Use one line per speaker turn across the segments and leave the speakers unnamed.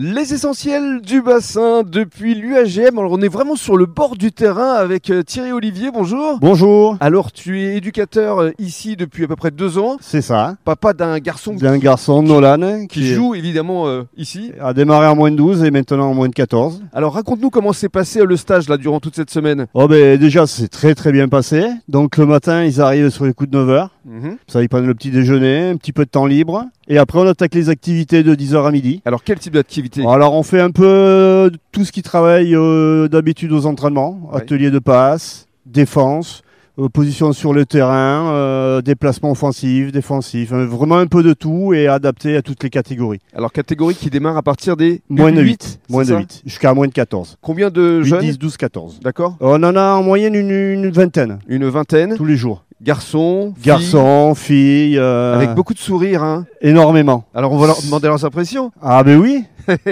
Les essentiels du bassin depuis l'UAGM. Alors on est vraiment sur le bord du terrain avec euh, Thierry Olivier. Bonjour.
Bonjour,
Alors tu es éducateur euh, ici depuis à peu près deux ans.
c'est ça.
Papa d'un garçon
D'un
qui,
garçon, Nolan,
qui joue évididemment euh, ici.
a démarré en moins de 12 et maintenant en moins de 14.
Alors raconte-nous comment s'est passé euh, le stage là durant toute cette semaine.
Oh ben déjà, c'est très très bien passé. Donc le matin, ils arrivent sur les coups de 9h. Ça, ils prennent le petit déjeuner, un petit peu de temps libre. Et après, on attaque les activités de 10h à midi.
Alors quel type d'activité
Alors on fait un peu euh, tout ce qui travaille euh, d'habitude aux entraînements.
Ouais.
Atelier de passe, défense, euh, position sur le terrain, euh, déplacement offensif, défensif. Euh, Vraiment un peu de tout et adapté à toutes les catégories.
Alors catégorie qui démarre à partir des
Moins de
U8.
8, moins de
ça
8, jusqu'à moins de 14.
Combien de
8,
jeunes
10, 12, 14.
D'accord.
Oh, On en a en moyenne une, une vingtaine
Une vingtaine.
tous les jours.
Garçons. filles,
Garçons, filles, euh,
Avec beaucoup de sourires. hein.
énormément.
Alors on va leur demander leurs impressions.
Ah ben oui,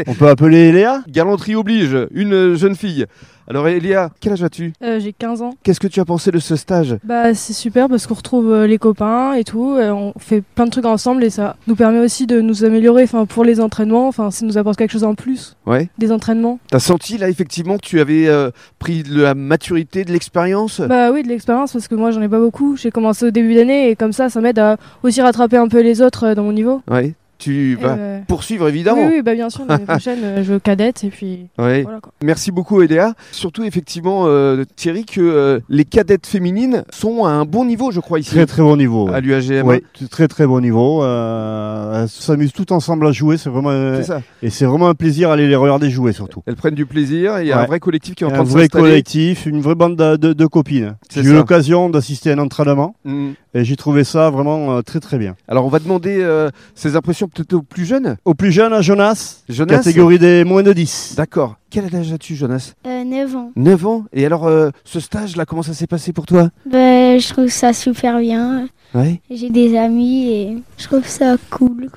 on peut appeler Léa
Galanterie oblige, une euh, jeune fille. Alors Elia, quel âge as-tu
Euh, j'ai 15 ans.
Qu'est-ce que tu as pensé de ce stage
Bah, c'est super parce qu'on retrouve euh, les copains et tout. et on fait plein de trucs ensemble et ça nous permet aussi de nous améliorer enfin, pour les entraînements. Enfin, ça nous apporte quelque chose en plus
Ouais.
des entraînements.
T'as senti là effectivement que tu avais euh, pris de la maturité, de l'expérience
Bah oui, de l'expérience parce que moi, j'en ai pas beaucoup. J'ai commencé au début d'année et comme ça, ça m'aide à aussi rattraper un peu les autres euh, dans mon niveau.
Ouais. Tu
Et,
vas
euh,
poursuivre
oui,
évidemment.
oui, bah bien sûr. L'année prochaine, euh, je cadette et puis
Ouais.
voilà quoi.
Merci beaucoup Elia. Surtout effectivement euh, Thierry que euh, les cadettes féminines sont à un bon niveau je crois ici
Très très bon niveau.
à
ouais.
l'UAGM.
Ouais, t- très très bon niveau. Euh, elles s'amusent tout ensemble à jouer, c'est vraiment euh,
C'est ça.
et c'est vraiment un plaisir à aller les regarder jouer surtout.
Elles prennent du plaisir et il y a un
Ouais.
vrai collectif qui est en train
Un
de
vrai
s'installer.
collectif, une vraie bande de, de- de copines.
C'est
J'ai eu
ça.
l'occasion d'assister à un entraînement
Mm.
et j'ai trouvé ça vraiment euh, très très bien.
Alors on va demander euh, ses impressions peut-être aux plus jeunes.
Au plus jeune, à Jonas,
Jonas
catégorie des moins de 10.
D'accord. Quel âge as-tu Jonas
Euh, 9 ans.
9 ans. Et alors, euh, ce stage-là, comment ça s'est passé pour toi
Ben, je trouve ça super bien.
ouais.
J'ai des amis et je trouve ça cool.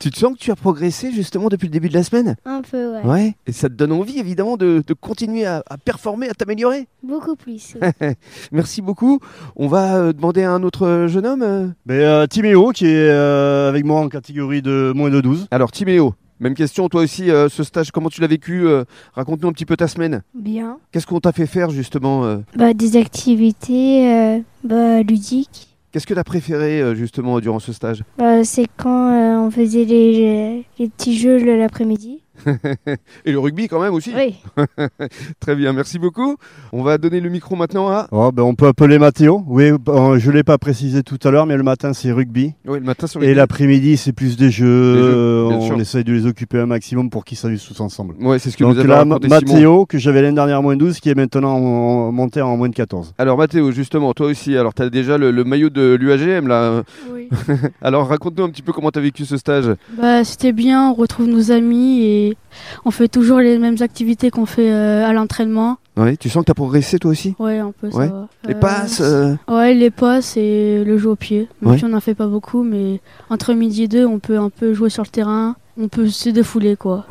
Tu te sens que tu as progressé justement depuis le début de la semaine
Un peu, ouais.
Et ça te donne envie évidemment de, de continuer à, à performer, à t'améliorer.
Beaucoup plus.
Merci beaucoup. On va euh, demander à un autre euh, jeune homme. euh.
Mais, euh, Timéo qui est euh, avec moi en catégorie de moins de 12.
Alors, Timéo, même question, toi aussi, euh, ce stage, comment tu l'as vécu Euh, Raconte-nous un petit peu ta semaine.
bien.
Qu'est-ce qu'on t'a fait faire justement euh
Bah, des activités euh, bah, ludiques.
Qu'est-ce que t'as préféré euh, justement durant ce stage
Bah, C'est quand euh, on faisait les, les petits jeux le- l'après-midi.
Et le rugby quand même aussi
Oui.
Très bien, merci beaucoup. On va donner le micro maintenant à...
Oh, ben, on peut appeler Mathéo. Oui, ben, je ne l'ai pas précisé tout à l'heure, mais le matin c'est rugby.
Oui, le matin sur
Et l'après-midi c'est plus des jeux. Euh,
Des jeux, bien
on
sûr.
essaye de les occuper un maximum pour qu'ils s'amusent tous ensemble.
Ouais, c'est ce que
Donc
nous avait
là, Ma-
raconté Simon.
Mathéo, que j'avais l'année dernière en moins de 12, qui est maintenant en- en- monté en moins de 14.
Alors Mathéo, justement, toi aussi, alors t'as déjà le, le maillot de l'UAGM là. hein
Oui.
Alors raconte-nous un petit peu comment t'as vécu ce stage.
Bah, c'était bien, on retrouve nos amis et on fait toujours les mêmes activités qu'on fait euh, à l'entraînement.
Ouais, tu sens que t'as progressé toi aussi
Ouais, un peu ça.
Ouais.
va.
Les
Euh,
passes euh,
Ouais, les passes et le jeu au pied. Même
Ouais.
si on n'en fait pas beaucoup, mais entre midi et deux, on peut un peu jouer sur le terrain, on peut se défouler quoi.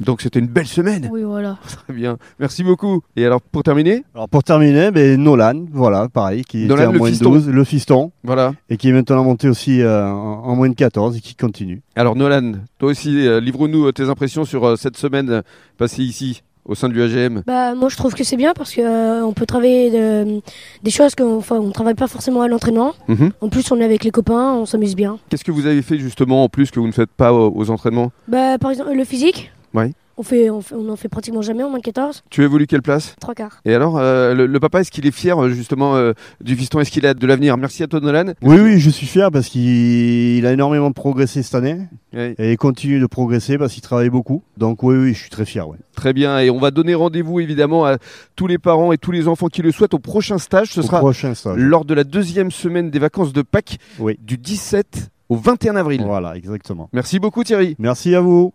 Donc c'était une belle semaine.
Oui, voilà.
Très bien, merci beaucoup. Et alors pour terminer,
Alors pour terminer, ben, Nolan, voilà, pareil, qui
Nolan,
était en
le
moins de
fiston.
12, le fiston,
voilà.
et qui est maintenant monté aussi euh, en en moins de 14 et qui continue.
Alors Nolan, toi aussi, euh, livre-nous euh, tes impressions sur euh, cette semaine euh, passée ici au sein de l'UAGM.
Bah moi je trouve que c'est bien parce que euh, on peut travailler de- des choses qu'on enfin on travaille pas forcément à l'entraînement.
Mhm.
En plus on est avec les copains, on s'amuse bien.
Qu'est-ce que vous avez fait justement en plus que vous ne faites pas euh, aux, aux entraînements
Bah par exemple le physique.
Ouais.
On fait on, fait- on en fait pratiquement jamais en moins de 14,
Tu évolues quelle place
trois quarts.
Et alors, euh, le, le papa, est-ce qu'il est fier euh, justement euh, du fiston Est-ce qu'il a de l'avenir Merci à toi Nolan.
Oui, oui, je suis fier parce qu'il il a énormément progressé cette année.
Ouais.
Et il continue de progresser parce qu'il travaille beaucoup. Donc oui, oui, je suis très fier. Ouais.
Très bien, et on va donner rendez-vous évidemment à tous les parents et tous les enfants qui le souhaitent au prochain stage. Ce
Au
sera
prochain stage.
lors de la deuxième semaine des vacances de Pâques
Oui.
du 17 au 21 avril.
Voilà, exactement.
Merci beaucoup Thierry.
Merci à vous.